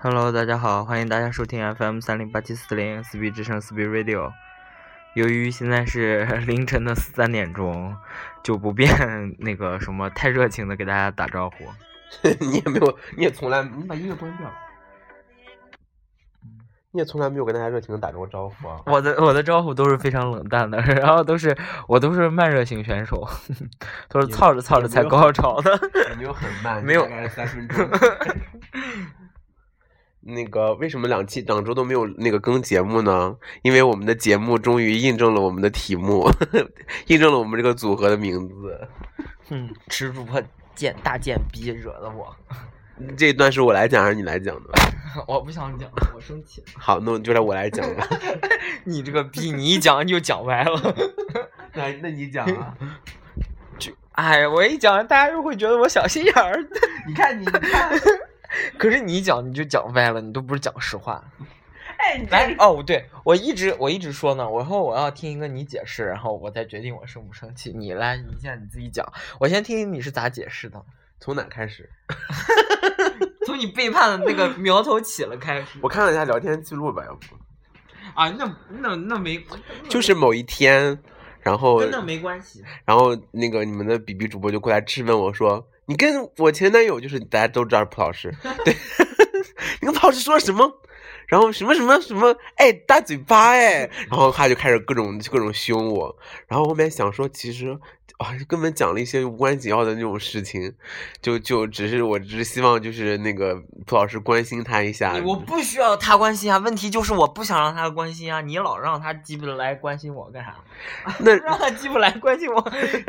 Hello，大家好，欢迎大家收听 FM 三零八七四零四 B 之声四 B Radio。由于现在是 凌晨的三点钟，就不便 那个什么太热情的给大家打招呼。 你也没有，你也从来，你把音乐关掉。你也从来没有跟大家热情的打过招呼啊！我的我的招呼都是非常冷淡的，然后都是我都是慢热型选手， 都是也操着操着也才没有高潮的。 也没有很慢，没有大概三分钟。那个为什么两期两周都没有那个更节目呢？因为我们的节目终于印证了我们的题目， 印证了我们这个组合的名字。嗯，吃主播贱大贱逼惹的我， 这一段是我来讲还是你来讲的？我不想讲，我生气。好，那就来我来讲 吧。 你这个逼，你一讲就讲歪了。 那那你讲啊？哎呀，我一讲，大家又会觉得我小心眼 儿。你看你，你看， 可是你一讲你就讲歪了，你都不是讲实话。哎，你来，哦，对，我一直我一直说呢，我说我要听一个你解释，然后我再决定我生不生气。你来，你现在你自己讲，我先听听你是咋解释的。从哪开始？从你背叛的那个苗头起了开 始我看了一下聊天记录吧，要不啊，那那那没，就是某一天，然后没关系。然后那个你们的 B B 主播就过来质问我说：“你跟我前男友就是大家都知道是蒲老师， 对，你跟蒲老师说什么？然后什么什么什么，哎，大嘴巴哎，然后他就开始各种各种凶我，然后后面想说其实啊根本讲了一些无关紧要的那种事情，就就只是我只是希望就是那个蒲老师关心他一下，哎我不需要他关心啊，问题就是我不想让他关心啊。你老让他鸡巴来关心我干啥？那让他鸡巴来关心我，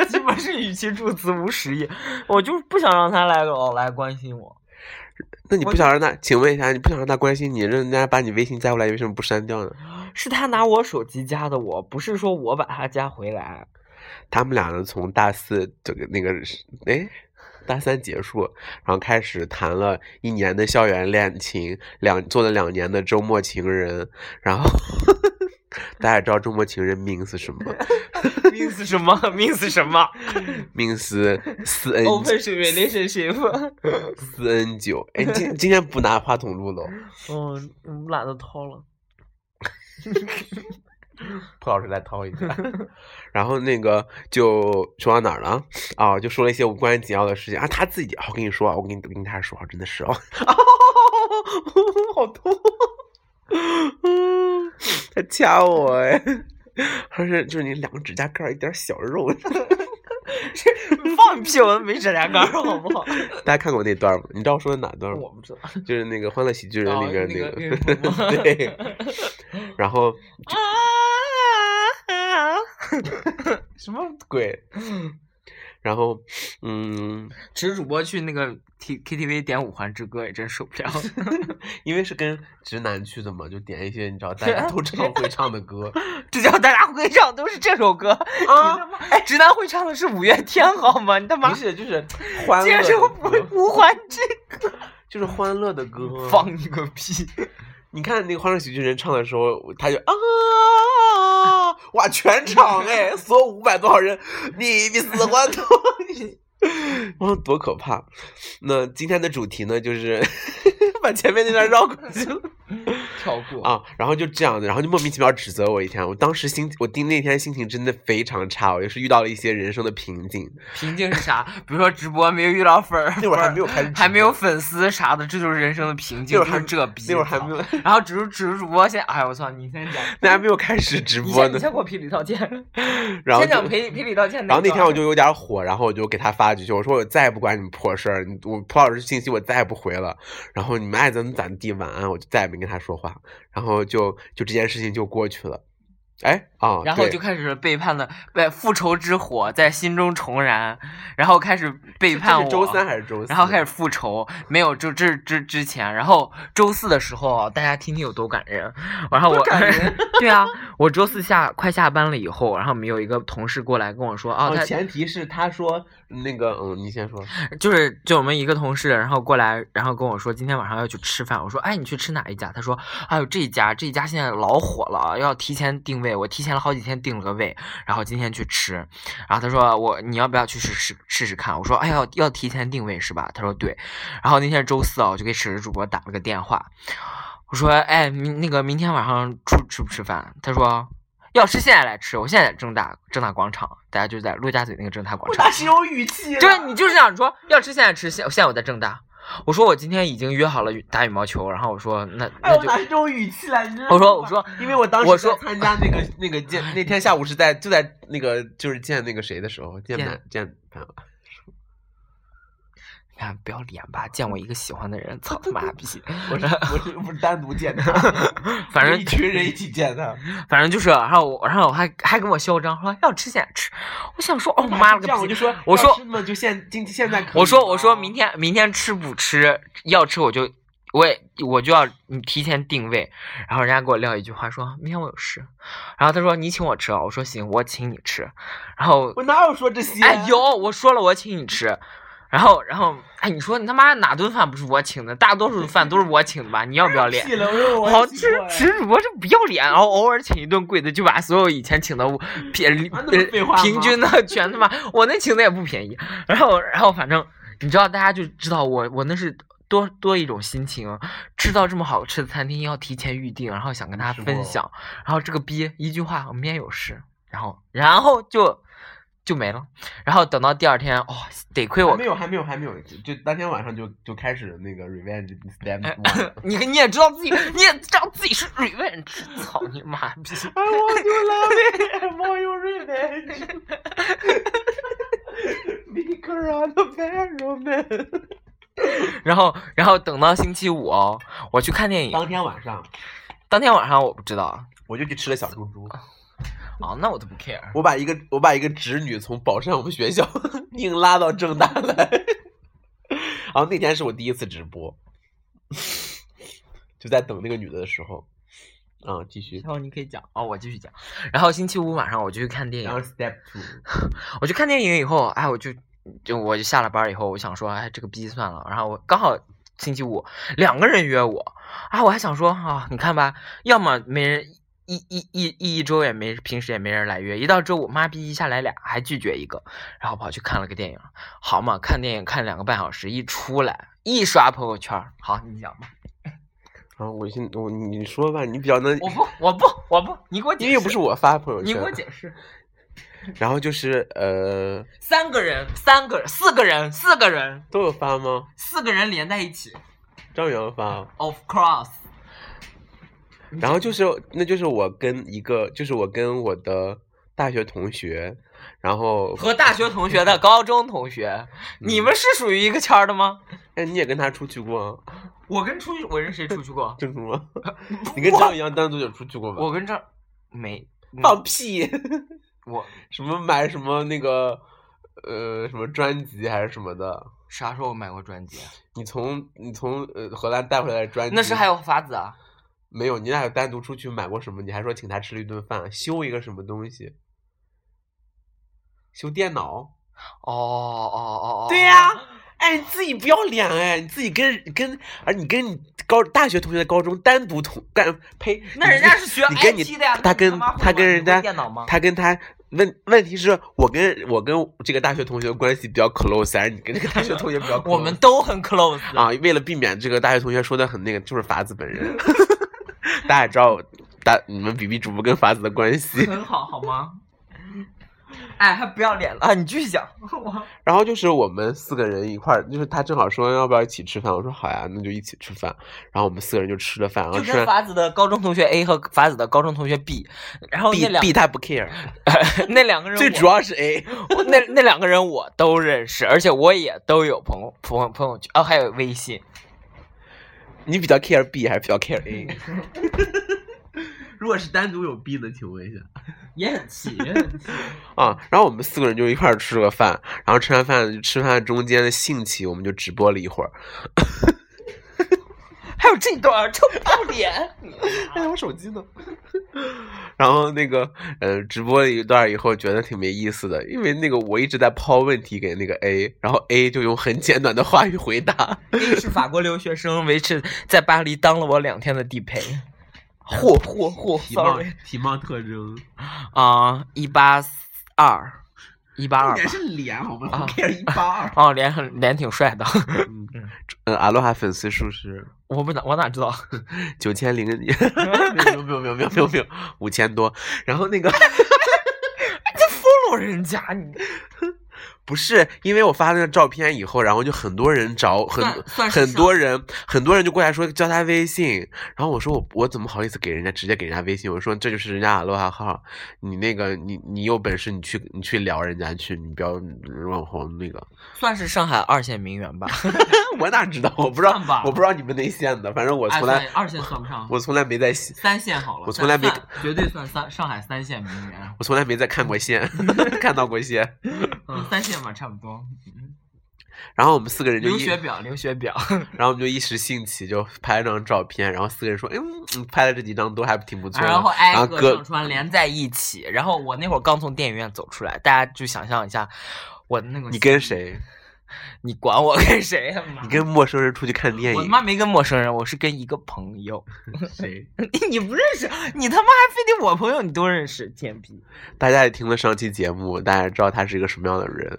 基本是语气助词无实意。我就是不想让他来老来关心我。那你我不想让他，请问一下，你不想让他关心你，让人家把你微信加过来，为什么不删掉呢？是他拿我手机加的我，不是说我把他加回来。他们俩呢，从大四这个那个是哎，大三结束，然后开始谈了一年的校园恋情，两做了两年的周末情人，然后 大家也知道周末情人 means 什么 means 什么？means 什么？means 四 N ？Open relationship。四 N 九。哎，你今今天不拿话筒录了哦， 嗯，我懒得掏了。蒲老师来掏一下。 然后那个就说到哪儿了啊？啊，就说了一些无关紧要的事情啊。他自己，啊我跟你说啊，我跟你我跟大家说啊，真的是哦， 好痛！ 他掐我哎，他是就是你两个指甲盖儿一点儿小肉。 放屁！我都没指甲盖儿，好不好？ 大家看过那段吗？你知道我说的哪段吗？我不知道。就是那个《欢乐喜剧人》哦里边那个个，那个婆婆 对。 然后 啊！ 什么？对，然后嗯，其实主播去那个 T K T V 点《五环之歌》也真受不了。因为是跟直男去的嘛，就点一些你知道大家都唱会唱的歌。这叫大家会唱都是这首歌啊 你他妈 哎，直男会唱的是五月天，好吗？你他妈不是，就是欢乐接受的不歌，无环 之就是欢乐的歌。放你个 屁！你看那个《欢乐喜剧人》唱的时候，他就啊，哇，全场哎，所有五百多少人，你比死关头， 哇，多可怕！那今天的主题呢，就是 把前面那段绕过去了跳过！啊，然后就这样的，然后就莫名其妙指责我一天。我当时心，我盯那天心情真的非常差，我也是遇到了一些人生的瓶颈。瓶颈是啥？比如说直播没有遇到粉儿，那会儿还粉没有开始直播，还没有粉丝啥的，这就是人生的瓶颈，那会就儿还是这逼。那会儿还没有，然后只是只是主播先，哎，我操，你先讲，那还没有开始直你播先你呢。先给我赔礼道歉， 然后先讲就赔赔礼道歉。啊然后那天我就有点火，然后我就给他发几句，我说我再也不管你们破事儿，你我蒲老师信息我再也不回了，然后你们爱怎么咋地，晚安，我就再也没跟他说话，然后就就这件事情就过去了，哎啊，然后对就开始背叛的，被复仇之火在心中重燃，然后开始背这叛我。是周三还是周四？然后开始复仇，没有，就这之之前，然后周四的时候，大家听听有多感 人。然后我多感人， 对啊，我周四下快下班了以后，然后我们有一个同事过来跟我说，啊，哦，他前提是他说那个嗯，你先说，就是就我们一个同事，然后过来，然后跟我说今天晚上要去吃饭，我说哎，你去吃哪一家？他说哎呦这一家这一家现在老火了，要提前定位，我提前了好几天定了个位，然后今天去吃，然后他说我你要不要去试试试试看？我说哎呀要提前定位是吧？他说对，然后那天周四啊，我就给史实主播打了个电话，我说哎明那个明天晚上出吃不吃饭？他说要吃现在来吃，我现在在正大正大广场，大家就在陆家嘴那个正大广我场哪，是有语气了？就是你就是这样说要吃现在吃，现现在我在正大，我说我今天已经约好了打羽毛球，然后我说那哎，那我就哪是这种语气来？你真是我说我说，因为我当我时说在参加那个那个见，那天下午是在就在那个就是见那个谁的时候，见见南见南，你看不要脸吧，见我一个喜欢的人， 操他妈逼！我是我是不是单独见他， 反正一群人一起见他，反正就是，然后我，然后我还还跟我嚣张说要吃现在吃，我想说，哦妈了个这样我逼！就哦说，我说那就现今现在可以我说吗我说明天明天吃不吃，要吃我就我也我就要你提前定位，然后人家给我撂一句话说明天我有事，然后他说你请我吃啊，我说行，我请你吃，然后我哪有说这些？啊哎有我说了我请你吃。然后，然后，哎，你说你他妈哪顿饭不是我请的？大多数饭都是我请的吧？你要不要脸？气了，我说我好气吃过，呀吃主播是不要脸，然后偶尔请一顿贵的，就把所有以前请的物便啊那么废话呃吗平均的 全他妈，我那请的也不便宜。然后然后反正你知道，大家就知道我我那是多多一种心情，啊吃到这么好吃的餐厅要提前预定，然后想跟大家是分不享，然后这个逼一句话我明天有事，然后然后就就没了。然后等到第二天，哦，得亏还我没。有还没有还没有，就就当天晚上就就开始那个 revenge step one 了。你你也知道自己，你也知道自己是 revenge，操 你妈逼！ I want you love it, I want you revenge. Make her on the barrel man. 然后，然后等到星期五哦，我去看电影。当天晚上当天晚上我不知道，我就去吃了小猪猪，哦，那我都不 care。我把一个我把一个侄女从宝山我们学校 硬拉到正大来，然后那天是我第一次直播，就在等那个女的的时候，嗯，继续。然后你可以讲哦，我继续讲。然后星期五晚上我就去看电然后影， step two，我去看电影以后，哎，我就就我就下了班以后，我想说，哎，这个逼算了。然后我刚好星期五两个人约我，啊，我还想说啊，你看吧，要么没人一一一一一周也没平时也没人来约，一到周五妈逼一下来俩，还拒绝一个，然后跑去看了个电影，好嘛，看电影看两个半小时，一出来一刷朋友圈，好，你讲吧，然后我现我你说吧，你比较能，我不我不我不，你给我解因释，为又不是我发朋友你圈给，我解释，然后就是呃三个人，三个人，四个人，四个人，都有发吗？四个人连在一起张元发啊、 ，of course，然后就是，那就是我跟一个，就是我跟我的大学同学，然后和大学同学的高中同学，你们是属于一个圈儿的吗？哎，你也跟他出去过，啊我跟出去，我跟谁出去过？珍珠吗？你跟张阳单独有出去过 吧？我跟这没，嗯放屁！我什么买什么那个呃什么专辑还是什么的？啥时候买过专辑？啊你从你从呃荷兰带回来的专辑，那时还有法子啊？没有？你俩有单独出去买过什么？你还说请他吃了一顿饭，修一个什么东西？修电脑？哦哦哦哦，对呀、哎，你自己不要脸哎，你自己跟跟，而你跟你高大学同学的高中单独同干呸，那你人家是学你跟你 IT 的呀那他你跟他妈会他跟玩人你家会电脑吗他跟他问问题是我跟我跟这个大学同学关系比较 close，而你跟这个大学同学比较 close， 我们都很 close 啊，为了避免这个大学同学说的很那个，就是法子本 人，大家也知道大你们比比主播跟法子的关系。 很好，好吗？哎，还不要脸了啊！你继续讲，我然后就是我们四个人一块儿，就是他正好说要不要一起吃饭，我说好呀，那就一起吃饭。然后我们四个人就吃了饭，然后就吃跟完法子的高中同学 A 和法子的高中同学 B，然后那 B 两 B 他不 care，那两个人我最主要是 A。 我 那那两个人我都认识，而且我也都有朋友朋友朋友圈哦，还有微信。你比较 care B 还是比较 care A？如果是单独有 B 的，请问一下也很气，啊？然后我们四个人就一块儿吃了个饭，然后吃完饭吃饭中间的兴起，我们就直播了一会儿。 还有这段儿臭不要 脸，哎，我手机呢？然后那个，呃，直播了一段以后，觉得挺没意思的，因为那个我一直在抛问题给那个 A，然后 A 就用很简短的话语回答。 是法国留学生，维持在巴黎当了我两天的地陪。嚯嚯嚯体貌，sorry，体貌特征，啊，一八二，一八重二点是脸好吗啊？Who care 一八二？哦，脸很脸挺帅 的，嗯嗯，阿罗哈粉丝数是我不哪我哪知 道？九千零， 没有没有没有没有没有没有五千多，然后那个。 follow 人家你不是，因为我发那个照片以后，然后就很多人找很算算是很上多人很多人就过来说加他微信，然后我说我我怎么好意思给人家直接给人家微信？我说这就是人家阿罗哈号，你那个你你有本事你去你去聊人家去，你不要网红那个。 算是上海二线名媛 吧？我哪知道？我不知道算吧，我不知道你们内线的，反正我哎从来算二线算不上，我从来没在西三线好了，我从来没算绝对算三上海三线名媛，我从来没在看过线， 看到过线。嗯，三线嘛差不多。然后我们四个人就刘一学表，刘学 表，然后我们就一时兴起，就拍了张照片，然后四个人说，嗯，嗯拍了这几张都还挺不错的。啊然后挨然后个上哥，传连在一起。然后我那会儿刚从电影院走出来，大家就想象一下，我那个你跟谁？你管我跟谁呀？妈你跟陌生人出去看电我他影？妈没跟陌生人，我是跟一个朋友。 谁？ 你不认识，你他妈还非得我朋友你都认识，天逼！大家也听了上期节目，大家也知道他是一个什么样的 人。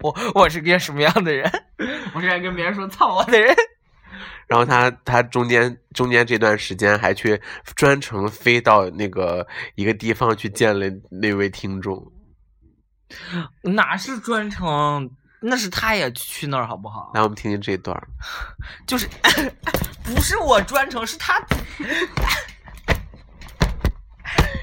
我我是个什么样的人？ 我是在跟别人说操我我，的 人然后他他中间中间这段时间还去专程飞到那个一个地方去见了那位听众。哪是专程？那是他也去那儿好不好？来，我们听听这段儿。就是不是我专程，是他，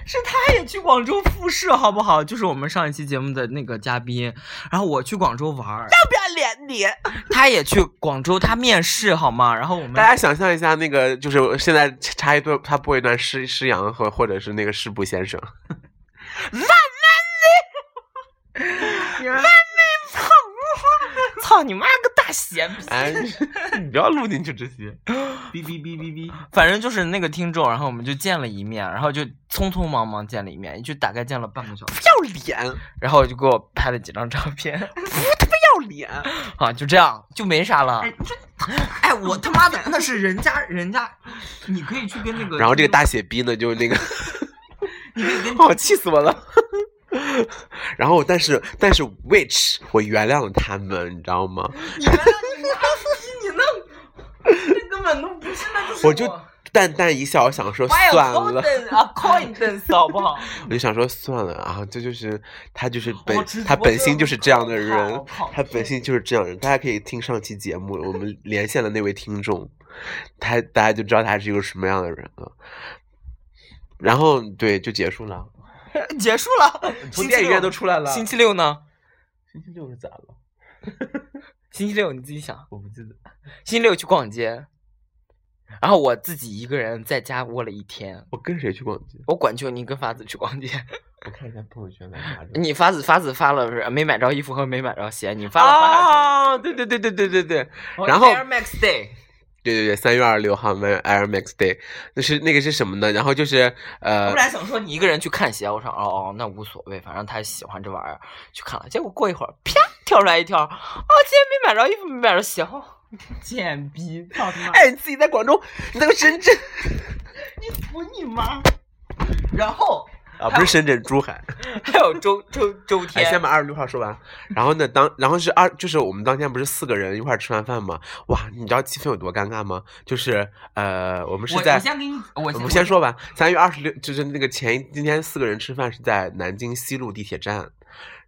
是他也去广州复试，好不好？就是我们上一期节目的那个嘉宾，然后我去广州玩儿，不要脸你！他也去广州，他面试好吗？然后我们大家想象一下，那个就是现在插一段插播一段施施洋和或者是那个施布先生。操你妈个大闲逼！哎， 你不要录进去这些。哔哔哔哔哔，反正就是那个听众，然后我们就见了一面，然后就匆匆忙忙见了一面，就大概见了半个小时，要脸，然后就给我拍了几张照 片，要脸！啊，就这样，就没啥了。哎，这哎，我他妈的那是人家人家，你可以去跟那个，然后这个大写逼呢，就 那个，你可以跟 哦，气死我了。然后，但是，但是，which 我原谅了他们，你知道吗？你原谅你妈逼你那，那根本都不是那就是我就淡淡一笑，想说 Why 算 a 了， golden acquaintance 好不好？我就想说算了啊，这就是他，就是本我知他我本知性道就是这样的我人靠，他本性就是这样的人。大家可以听上期节目，我们连线了那位听众，他大家就知道他是一个什么样的人了。然后，对，就结束了。结束了，从星期电影六院都出来了。星期六呢？星期六是咋了？星期六你自己想。我不记得。星期六去逛街，然后我自己一个人在家窝了一天。我跟谁去逛街？我管就你跟法子去逛街， 我看一下朋友圈来啥着。你法子法子发了是没买着衣服和没买着鞋，你发了发了。啊，对对对对对对对，我然后哦 Air Max Day，对对对，三月二十六号 Air Max Day，那是那个是什么呢？然后就是我呃本，来想说你一个人去看鞋，我说哦哦那无所谓，反正他喜欢这玩意儿，去看了。结果过一会儿啪跳出来一条，啊、今天没买着衣服，没买着鞋，哦贱逼，操他妈！哎，你自己在广州，你在深圳服你妈！然 后 啊，不是深圳，珠海。还有周周周哎，天，先把二十六号说完。然后呢，当然后是二，就是我们当天不是四个人一块儿吃完饭嘛？哇，你知道气氛有多尴尬吗？就是呃，我们是我在我先给你，我我们先说吧，三月二十六就是那个前一今天四个人吃饭是在南京西路地铁站，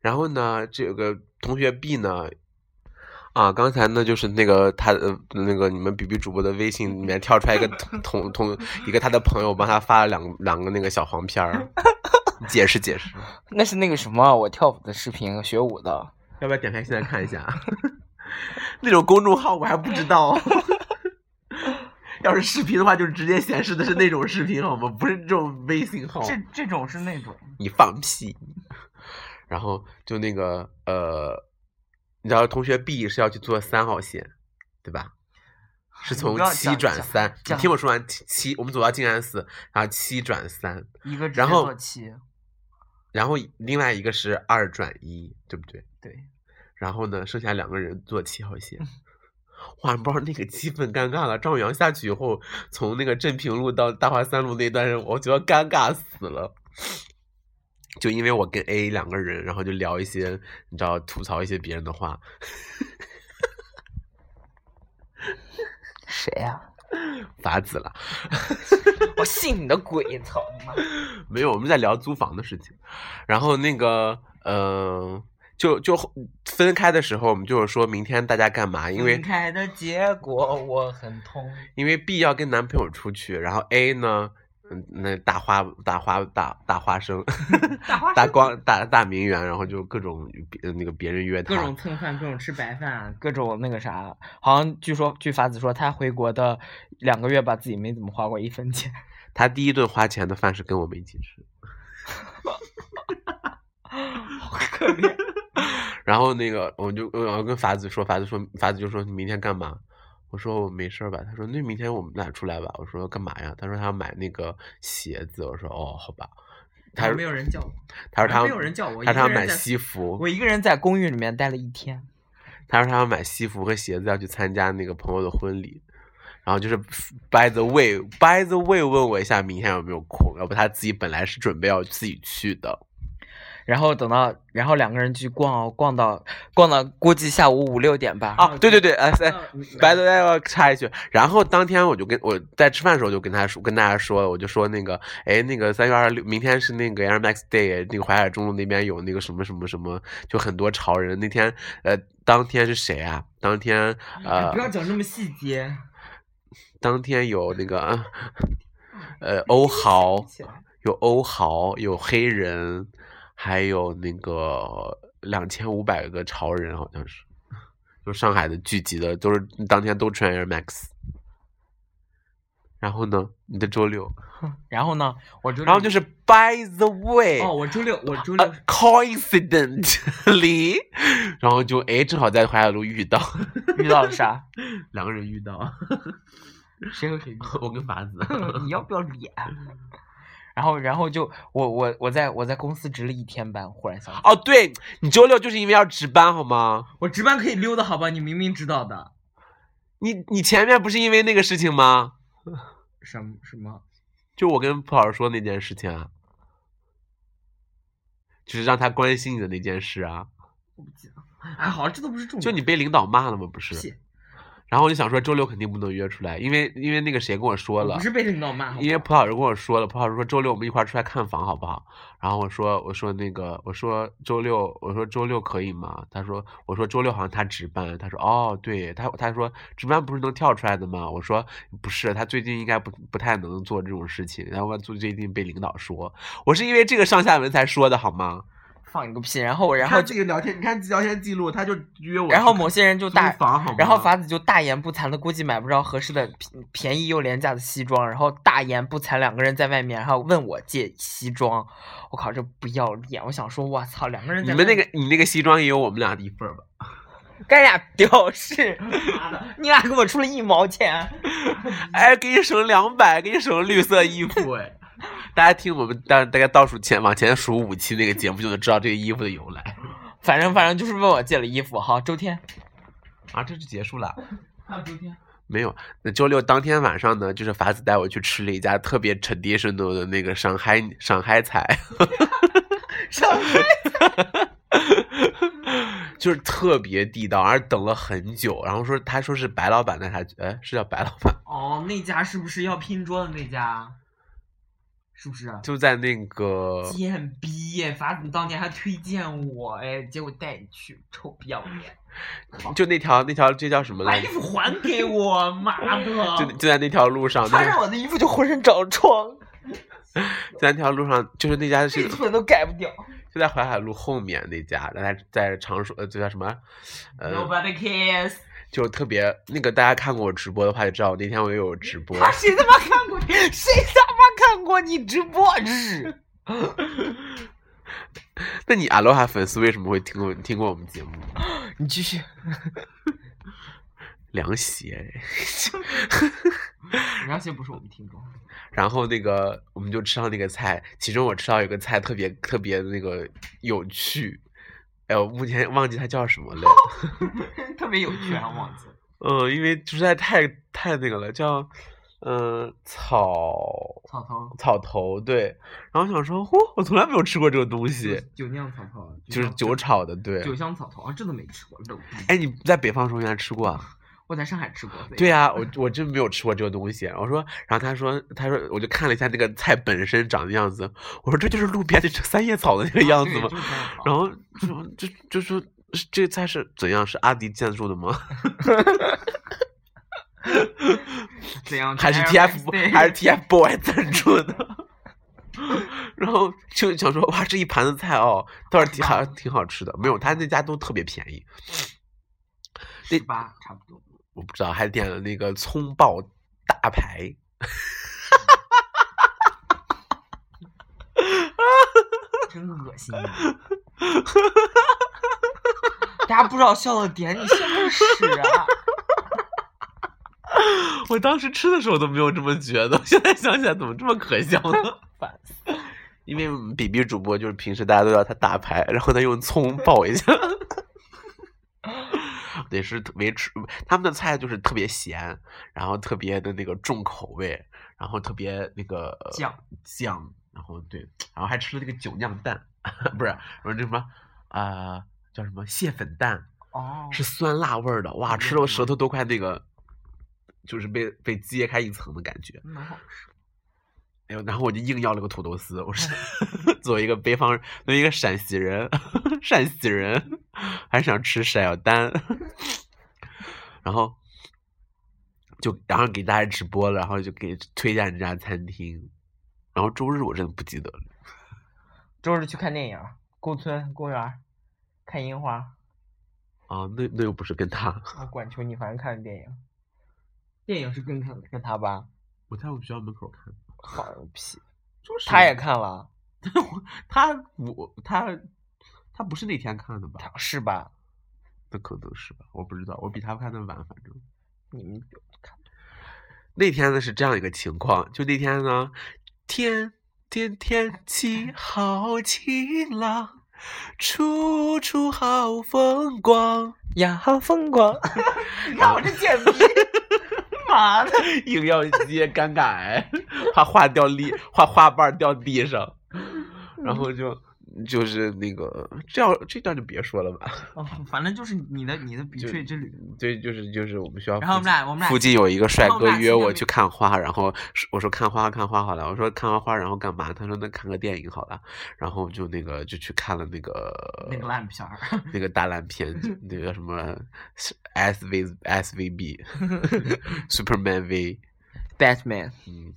然后呢，这有个同学 B 呢，啊，刚才呢就是那个他呃那个你们比比主播的微信里面跳出来一个同同同一个他的朋友帮他发了两个两个那个小黄片儿，你解释解释，那是那个什么，我跳舞的视频，学舞的。要不要点开现在看一下？ 那种公众号我还不知道。 要是视频的话，就直接显示的是那种视频好吗？不是这种微信号。这种是那种，你放屁。 然后就那个呃，你知道同学 B 是要去坐三号线，对吧？是你从不要七讲转讲三，你讲听我说完，七七，我们走到静安寺，然后七转三，一个直然接后做七，然后另外一个是二转一，对不对？对，然后呢，剩下两个人坐七号线。 哇，你不知道那个气氛尴尬了。张远洋下去以后，从那个镇平路到大华三路那段，我觉得尴尬死了。就因为我跟 A 两个人，然后就聊一些，你知道，吐槽一些别人的话。谁呀、法子了，我信你的鬼！操你妈！没有，我们在聊租房的事情。然后那个，呃，就就分开的时候，我们就是说明天大家干嘛，因为分开的结果我很痛。因为 B 要跟男朋友出去，然后 A 呢，嗯，那大花大花大大花生， 大花大生光大大名媛，然后就各种别呃那个别人约各种他，蹭饭，各种吃白饭，啊各种那个啥，好像据说据法子说，他回国的两个月吧，自己没怎么花过一分钱。 他第一顿花钱的饭是跟我们一起吃，好可怜。然后那个我就我跟法子说，法子说法子就说你明天干嘛？我说我没事儿吧。他说那明天我们俩出来吧。我说干嘛呀？他说他要买那个鞋子。我说哦，好吧。他没有人叫我，他说他没有人叫我，他说他一个买人在西服，我一个人在公寓里面待了一天，他说他要买西服和鞋子，要去参加那个朋友的婚礼。然后就是 by the way，by the way 问我一下明天有没有空，要不他自己本来是准备要自己去的。然后等到，然后两个人去逛，啊逛到逛到估计下午五六点吧。啊，对对对，哎哎嗯嗯，by the way，我插一句，然后当天我就跟我在吃饭的时候就跟他说，跟大家说，我就说那个，哎，那个三月二十六，明天是那个 Air Max Day，那个淮海中路那边有那个什么什么什么，就很多潮人。那天，呃，当天是谁啊？当天，哎呃不，要讲这么细节。当天有那个，呃，欧豪，有欧豪，有黑人，还有那个两千五百个潮人，好像是，就上海的聚集的，都是当天都穿 Air Max。然后呢，你的周六，然后呢，我就啊然后就是 By the way，哦，我周六，我周六呃、coincidentally，然 后就哎，正好在淮海路遇到， 遇到了啥？两个人遇到，谁和谁遇到？我跟法子。 你要不要脸？然后，然后就我我我在我在公司值了一天班，忽然想起来，哦，对你周六就是因为要值班好吗？我值班可以溜的好吧？你明明知道的。你你前面不是因为那个事情吗？什么什么？就我跟蒲老师说那件事情啊，就是让他关心你的那件事啊，我不记得。哎，好，这都不是嗯重点。就你被领导骂了吗？不是，屁，然后我就想说周六肯定不能约出来，因为因为那个谁跟我说我了嗯不，是被领导骂，好吧因为蒲老师跟我说了，蒲老师说周六我们一块儿出来看房好不好？然后我说我说那个我说周六我说周六可以吗？他说我说周六好像他值班，他说哦对，他他说值班不是能跳出来的吗？我说不是，他最近应该不不太能做这种事情，然后最最近被领导说，我是因为这个上下文才说的好吗？放你个屁！然后，然你后看就，这个聊天，你看聊天记录，他就约我去看，然后某些人就就大房好吗然后法子就大言不惭的，估计买不着合适的便便宜又廉价的西装，然后大言不惭两个人在外面，然后问我借西装，我靠，这不要脸！我想说，我操，两个人你在们那外个面你那个西装也有我们俩的一份儿吧？干俩屌事，妈的你俩给我出了一毛钱，哎，给你省两百，给你省绿色衣服哎。大家听我们大大概倒数前往前数五期那个节目，就能知道这个衣服的由来。反正反正就是问我借了衣服。好，周天，啊，这就结束了。啊，昨天没有，那周六当天晚上呢，就是法子带我去吃了一家特别 traditional 的那个上海上海菜， 上海就是特别地道，而等了很久。然后说他说是白老板带他去，哎，是叫白老板，哦，那家是不是要拼桌的那家？是不是？就在那个贱逼耶！法子当年还推荐我哎，结果带你去，臭不要脸！就那条那条这叫什么把来衣着？服还给我，妈就的！就在那条路上，那穿上我的衣服就浑身长疮，在那条路上，就是那家是这腿都改不掉。就在淮海路后面那家，在在常熟呃，就叫什么，呃， Nobody cares。就特别那个大家看过我直播的话，就知道我那天我也有 直播，他谁他妈看过？谁他妈看过你直播？日那你 Aloha 粉丝为什么会听过听过我们节目？你继续。凉哎鞋。然后先不是我们 听众， 然后那个我们就吃到那个菜，其中我吃到有个菜特别特别那个有趣，哎，我目前忘记它叫什么了。啊特别有趣，还忘记了。嗯，因为实在太太那个了，叫嗯、草草头，草头对。然后想说，嚯，我从来没有吃过这个东西，酒酿草头，啊就是酿酒炒的对。酒香草头啊，真的没吃过，肉逼哎，你在北方的时候原来吃过啊？我在上海吃过。所以对呀、我我真没有吃过这个东西。我说，然后他说，他说，我就看了一下那个菜本身长的样子，我说这就是路边的三叶草的那个啊样子对吗？就是这样子然后就说就就说是这菜是怎样？是阿迪赞助的吗？怎样？还是 TF 还是 TFBOY 赞助的？ 然后就想说哇，这一盘子菜哦，倒是挺好，挺好吃的。没有，他那家都特别便宜，十八差不多。我不知道，还点了那个葱爆大排。真恶心啊！ 大家不知道笑的点，你笑的屎 啊！我当时吃的时候都没有这么觉得，现在想起来怎么这么可笑呢？ 烦死！因为我们比比主播就是平时大家都要他打牌，然后他用葱爆一下，得是特维持他们的菜就是特别咸，然后特别的那个重口味，然后特别那个呃酱酱，然后对，然后还吃了那个酒酿蛋， 不是不是那什么啊、呃叫什么蟹粉蛋，哦，是酸辣味儿的，哇，嗯吃的我舌头都快那个，就是被被揭开一层的感觉。蛮好吃。哎呦，然后我就硬要了个土豆丝，我说 作为一个北方人，作为一个陕西人，陕西人还想吃陕药丹，然后就然后给大家直播了，然后就给推荐这家餐厅，然后周日我真的不记得了。周日去看电影，沟村公园看樱花。啊，那那又不是跟他，我管球你，反正看电 影。电影是跟看跟他吧？我在我们学校门口看，好个屁！就是他也看了，他我他他不是那天看的吧？他是吧？那可能是吧，我不知道，我比他看的晚，反正你们那天呢是这样一个情况，就那天呢，天天天气好晴朗，处处好风光，呀，好风 光！你看我这贱 逼，妈的！硬要接尴尬癌， 怕画掉地，画画瓣掉地上，然后就就是那个这样这段就别说了吧，哦，反正就是你的你的比就吹之旅。对，就是就是我们学校附近。然后我们俩我们俩附近有一个帅然后我哥们俩去约那我边去看花，然后是我说看花看花好了，我说看完花然后干嘛？他说那看个电影好了，然后就那个就去看了那个那个烂片儿，那个大烂片，就那个什么 S V S V B Superman V， Batman 嗯，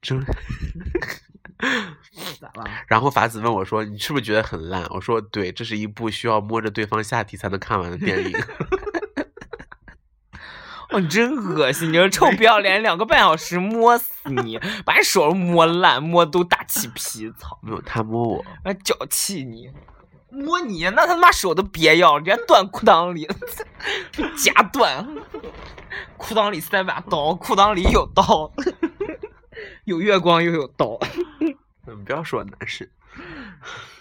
真。咋了？然后法子问我说：“你是不是觉得很烂？”我说：“对，这是一部需要摸着对方下体才能看完的 电影。哦，你真恶心！你这臭不要脸，两个半小时摸死 你，把你手摸烂，摸都大起皮，操”！没有，他摸我，还脚气你，摸你那他妈手都别要，人家断裤裆里，被夹断，裤裆里塞把刀，裤裆里有刀， 有月光又有刀。嗯不要说我男神。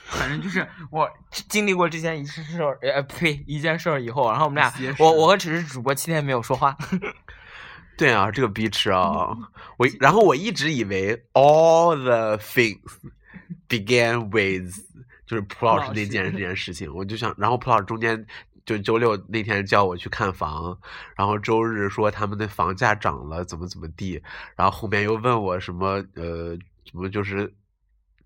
反正就是我经历过这件一事事儿，呃，呸，一件事儿以后，然后我们俩一些，事我我和只是主播七天没有说话，对啊，这个逼吃啊！我然后我一直以为 all the things began with 就是蒲老师那件蒲老师 这件事情，我就想，然后蒲老师中间就周六那天叫我去看房，然后周日说他们的房价涨了，怎么怎么地，然后后面又问我什么呃什么就是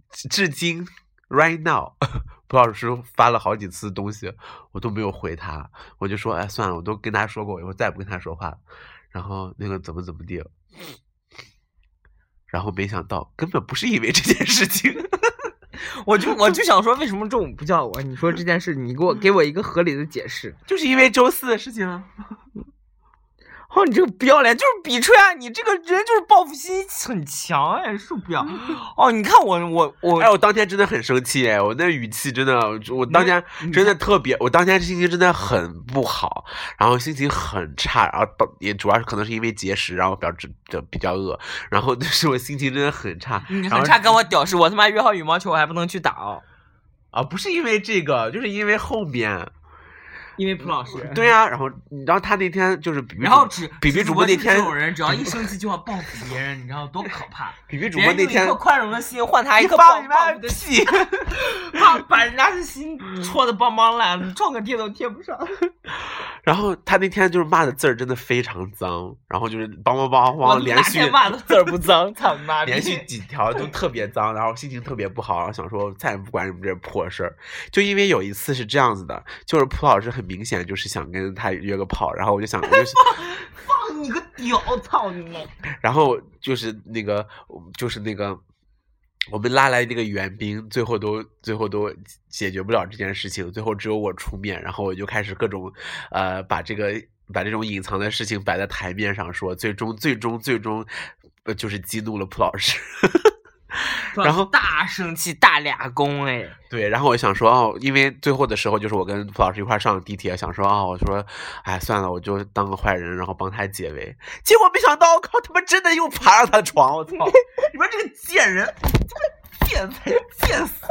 至今 right now 蒲老师发了好几次东西，我都没有回他，我就说哎算了，我都跟他说过，我以后再也不跟他说话了。然后那个怎么怎么地，然后没想到根本不是因为这件事情， 我就我就想说，为什么中午不叫我？你说这件事，你给我给我一个合理的解释。就是因为周四的事情啊。哦，你这个不要脸就是比吹啊！你这个人就是报复心很强哎，受不了。哦，你看我我我，哎，我当天真的很生气，哎，我那语气真的，我我当天你真的看特别，我当天心情真的很不好，然后心情很差，然后到也主要是可能是因为节食，然后比较这这比较饿，然后就是 我心情真的很差，你然很后差跟我屌丝，我他妈约好羽毛球我还不能去打哦。啊，不是因为这个，就是因为后面，因为蒲老师。对呀、然后然后他那天就是比比嗯然后主只比比主主播那就是这天，种人只要一生气就要报复别人，你知道多可怕？比比主别播人用那一天颗宽容的心换他一你颗放暴你暴妈怒的 心，把把人家的心戳的邦邦烂，撞个贴都贴不上。然后他那天就是骂的字儿真的非常脏，然后就是梆梆梆我梆连续 哪天骂的字儿不脏， 操你妈逼！连续几条都特别脏，然后心情特别不好，然后想说再也不管你们这些破事儿。就因为有一次是这样子的，就是蒲老师很明显就是想跟他约个炮，然后我就想，我就放你个屌！操你妈！然后就是那个就是那个。我们拉来那个援兵，最后都最后都解决不了这件事情，最后只有我出面，然后我就开始各种，呃，把这个把这种隐藏的事情摆在台面上说，最终最终最终，呃，就是激怒了蒲老师。 然后大生气，大俩公哎，对，然后我想说，哦，因为最后的时候就是我跟蒲老师一块儿上地铁，想说，哦，我说，哎，算了，我就当个坏人，然后帮他解围。结果没想到，我靠，他妈真的又爬上他的床，我操！你说这个贱人，贱才贱死！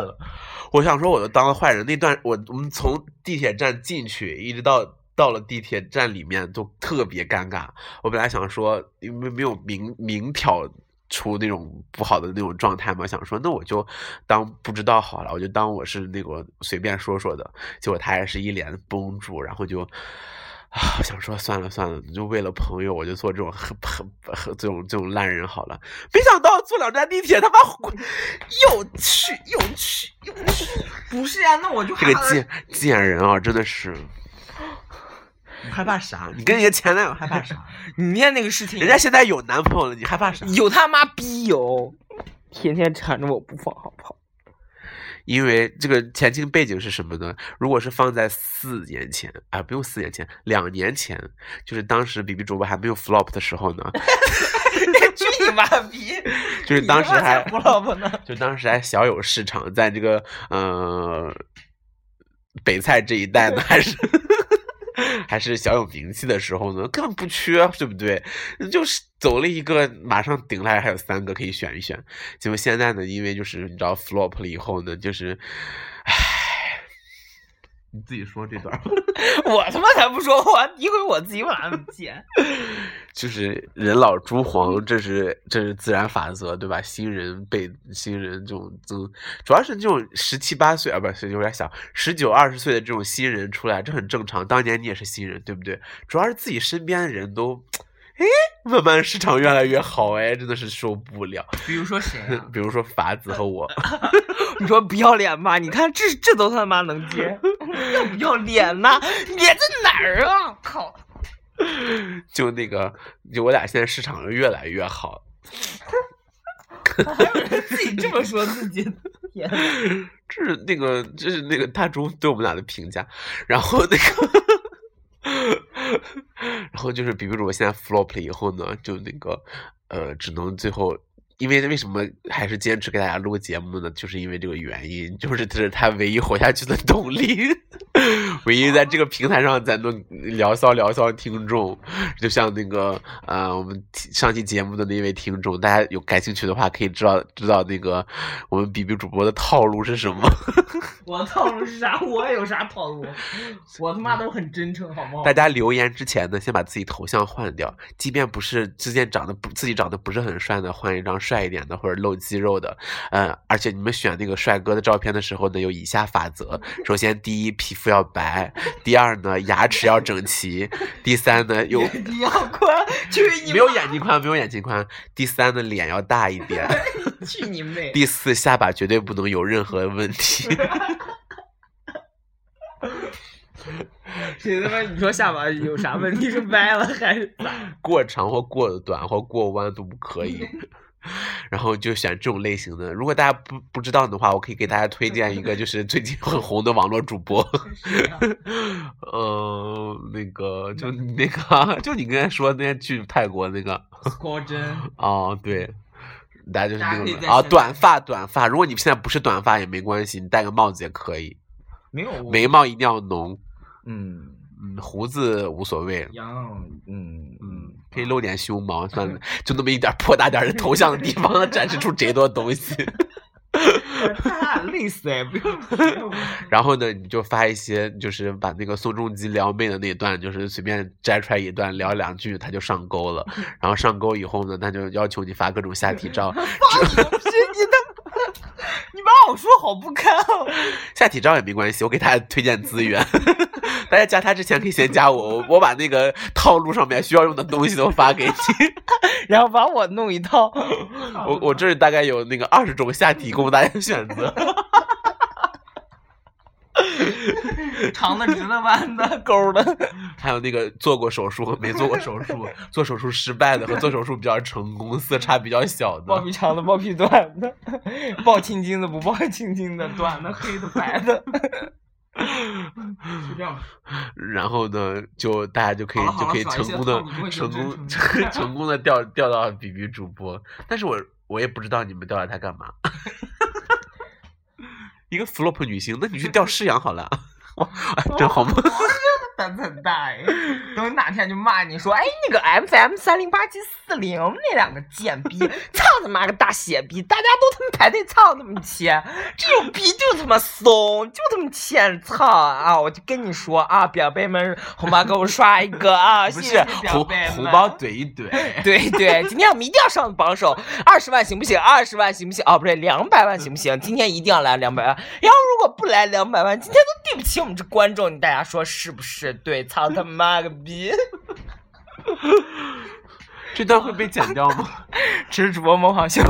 我想说，我就当个坏人。那段我我们从地铁站进去，一直到到了地铁站里面，都特别尴尬。我本来想说，因为没有明明挑出那种不好的那种状态嘛，想说那我就当不知道好了，我就当我是那个随便说说的。结果他也是一脸绷住，然后就啊，我想说算了算了，就为了朋友，我就做这种很很很这种这种烂人好了。没想到坐两站地铁，他妈 又去又去又去，不是呀、那我就这 个怕贱贱人啊，真的是。害怕啥？你跟你的前男友害 怕啥？你念那个事情，人家现在有男朋友了，你害 怕啥？有他妈逼有，天天缠着我不放，好不好？因为这个前情背景是什么呢？如果是放在四年前啊，不用四年前，两年前，就是当时 B B 主播还没有 flop 的时候呢，去你妈 逼！就是当时还不老婆呢，就当时还小有市场，在这个呃北菜这一带呢，还是 还是小有名气的时候呢，根本不缺，啊对不对？就是走了一个，马上顶来还有三个可以选一选。结果现在呢，因为就是你知道 flop 了以后呢，就是，唉，你自己说这段儿， 我他妈才不说话，诋毁我自己，我哪那么贱？就是人老珠嗯黄，这是这是自然法则，对吧？新人被新人这种增，主要是这种十七八岁啊，不是有点小，十九二十岁的这种新人出来，这很正常。当年你也是新人，对不对？主要是自己身边的人都，哎，慢慢市场越来越好，哎，真的是受不了。比如说谁啊？ 比如说法子和我，你说不要脸吧？你看这这都他妈能接， 要不要脸呐？脸在哪儿啊？靠！就那个，就我俩现在市场越来越好，还有人自己这么说自己， 天哪！这是那个，这是那个大钟对我们俩的评价。然后那个， 然后就是比比主播现在 flop 了以后呢，就那个，呃，只能最后，因为为什么还是坚持给大家录节目呢？就是因为这个原因，就是这是他唯一活下去的动力， 唯一在这个平台上咱能聊骚聊骚听众。就像那个呃，我们提上期节目的那位听众，大家有感兴趣的话，可以知道知道那个我们比比主播的套路是什么。我的套路是啥？我有啥套路？我他妈都很真诚，好不好大？家留言之前呢，先把自己头像换掉，即便不是之前长得不自己长得不是很帅的，换一张帅一点的或者露肌肉的。嗯，而且你们选那个帅哥的照片的时候呢，有以下法则：首先，第一，皮肤要白；第二呢，牙齿要整齐；第三呢，有你要宽，去你没有眼睛宽，没有眼睛宽；第三呢，脸要大一点。妈去你妹！第四，下巴绝对不能有任何问题。谁他妈你说下巴有啥问题？是歪了还是 咋？过长或过短或过弯都不可 以。然后就选这种类型的。如果大家不不知道的话，我可以给大家嗯推荐一个，就是最近很红的网络主播， 呃，那个就你那个，啊就你刚才说那天去泰国那个，郭真，哦，对。大家就是大家那可以种在啊，下面短发短发。如果你现在不是短发也没关系，你戴个帽子也可以。没嗯有眉毛一定要浓，嗯嗯，胡子无所谓，杨嗯 嗯，可以露点胸毛，算了，就那么一点儿破大点儿的头像的地方，展示出贼多东西。 太累死哎！不要然后呢，你就发一些，就是把那个宋仲基撩妹的那一段，就是随便摘出来一段聊两句，他就上钩了。然后上钩以后呢，他就要求你发各种下体照，放你个屁！你的， 你把我说好不堪哦！下体照也没关系，我给大家推荐资源。 大家加他之前可以先加我，我我把那个套路上面需要用的东西都发给你。 然后把我弄一 套，我我这儿大概有那个二十种下体供大家选择。长的、直的、弯的、 勾的，还有那个做过手术和没做过手术，做手术失败的和做手术比较成功，色差比较小包的，皮长的、包皮短的， 包青筋的、不包青筋的，短的、黑的、白的， 是这样。然后呢，就大家就可以好了就可以好了成功的小一些成套路功你会 觉得 成功的钓钓到比比主播，但是我我也不知道你们钓到他干嘛。 一个 flop 女星，那你去钓释阳好了，哇，真好吗？胆子很大哎！等你哪天就骂你说，哎，那个 FM 三零八七四零那两个贱逼，操他妈个大血逼，大家都他妈排队操他妈切，这种逼就他妈怂，就他妈欠操啊！我就跟你说啊，表妹们，红包给我刷一个啊！不谢是谢红表妹红们包。怼一 怼。对对，今天我们一定要上榜首，二十万行不行？二十万行不行？哦，不对，两百万行不行？今天一定要来两百万，然后如果不来两百万，今天都对不起我们这观众，你大家说是不是？对，操他妈个逼！ 这段会被剪掉吗？ 这是主播模仿秀，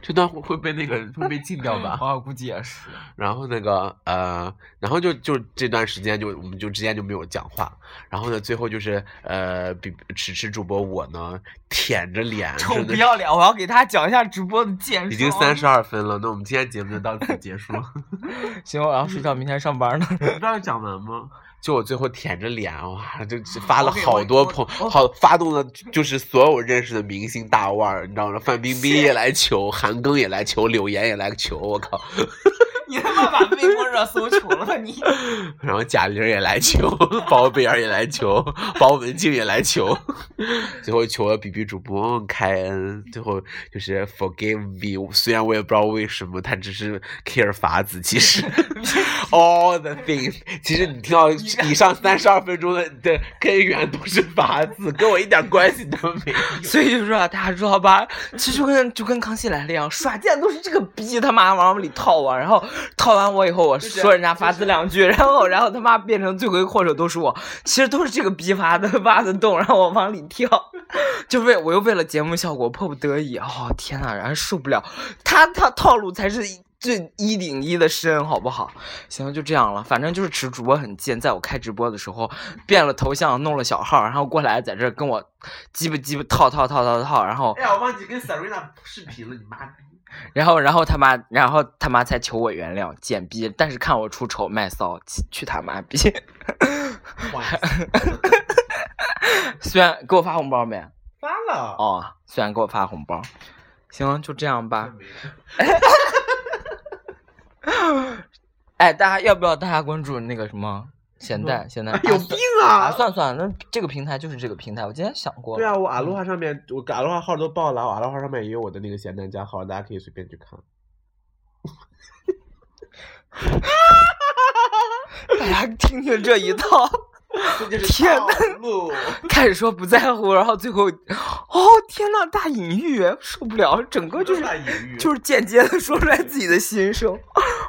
这段会会被那个会被禁掉吧？我估计也是。然后那个呃，然后就就这段时间就我们就之间就没有讲话，然后呢，最后就是呃，比迟迟主播我呢舔着脸， 臭真不的要脸！我要给他讲一下直播的介绍。已经三十，二分了，那我们今天节目就到此 结束。行，我要睡觉，明天上班呢。不要讲完吗？就我最后舔着脸，哇，就就发了我给好我我多朋，我好发动了，就是所有认识的明星大腕儿，你知道吗？范冰冰也来求，韩庚也来求，柳岩也来求，我靠， 你他妈把微博热搜除了吧你！然后贾玲也来求，包贝尔也来求，包文婧也来求，最后求了比比主播开恩，最后就是 forgive me。虽然我也不知道为什么，他只是 care 法子，其实 all the things，其实你听到以上三十二分钟的的根源都是法子，跟我一点关系都没有。所以就说啊，大家知道吧？其实就跟就跟康熙来了一样，耍贱都是这个逼他妈往我里套我，然后套完我以后，我说人家法子两句，然后然后他妈变成罪魁祸首都是我，其实都是这个逼挖的 挖的洞，让我往里跳， 就为我又为了节目效果迫不得已，哦天呐，然后受不了，他他套路才是最一顶一的深，好不好？行，就这样了。反正就是持主播很贱，在我开直播的时候变了头像，弄了小号，然后过来在这儿跟我鸡巴鸡巴套套套套套，然后哎呀，我忘记跟 Serena 视频了，你妈逼！然后然后他妈，然后他妈才求我原谅，贱逼！但是看我出丑卖骚，去去他妈逼！ 虽然给我发红包没？发了，哦，虽然给我发红包，行，就这样嗯吧。哎，大家要不要大家关注那个什么咸蛋？咸蛋、 有啊病啊！啊！算算，那这个平台就是这个平台。我今天想过，对啊，我阿罗哈上面，我阿罗哈号都爆了，我阿罗哈上面也有我的那个咸蛋加号，大家可以随便去看。大家听听这一套，天天呐路，开始说不在乎，然后最后，哦天呐，大隐喻，受 不了，整个就是就是是间接的说出来自己的心声，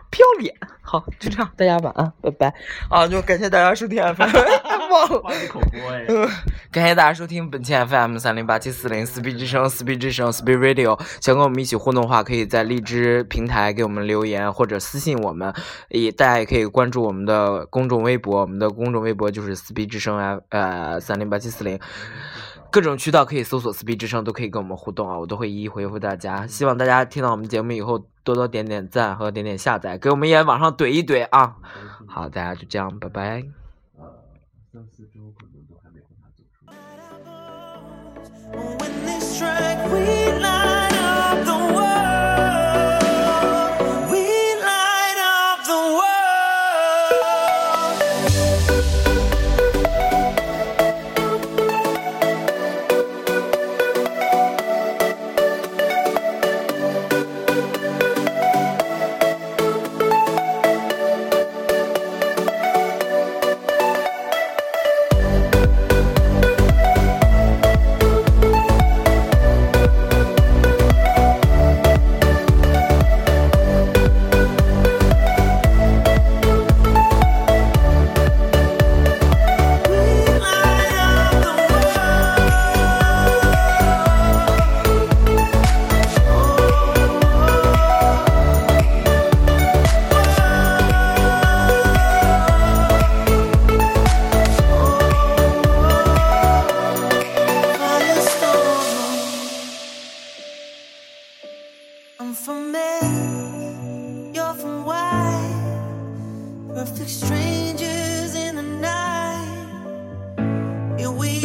不要脸。好，就这样，大家晚安，拜拜。啊，就感谢大家收听 FM，忘 了。口播哎。嗯感谢大家收听本期 FM 三零八七四零四 B 之声四 B 之声四 B Radio。想跟我们一起互动的话，可以在荔枝平台给我们留言或者私信我们。也大家也可以关注我们的公众微博，我们的公众微博就是四 B 之声 F 呃三零八七四零。各种渠道可以搜索“四 B 之声”，都可以跟我们互动啊，我都会一一回复大家。希望大家听到我们节目以后，多多点点赞和点点下载，给我们也往上怼一怼啊！好，大家就这样，拜拜。 When they strike, we light up the world. We light up the world. Yeah, we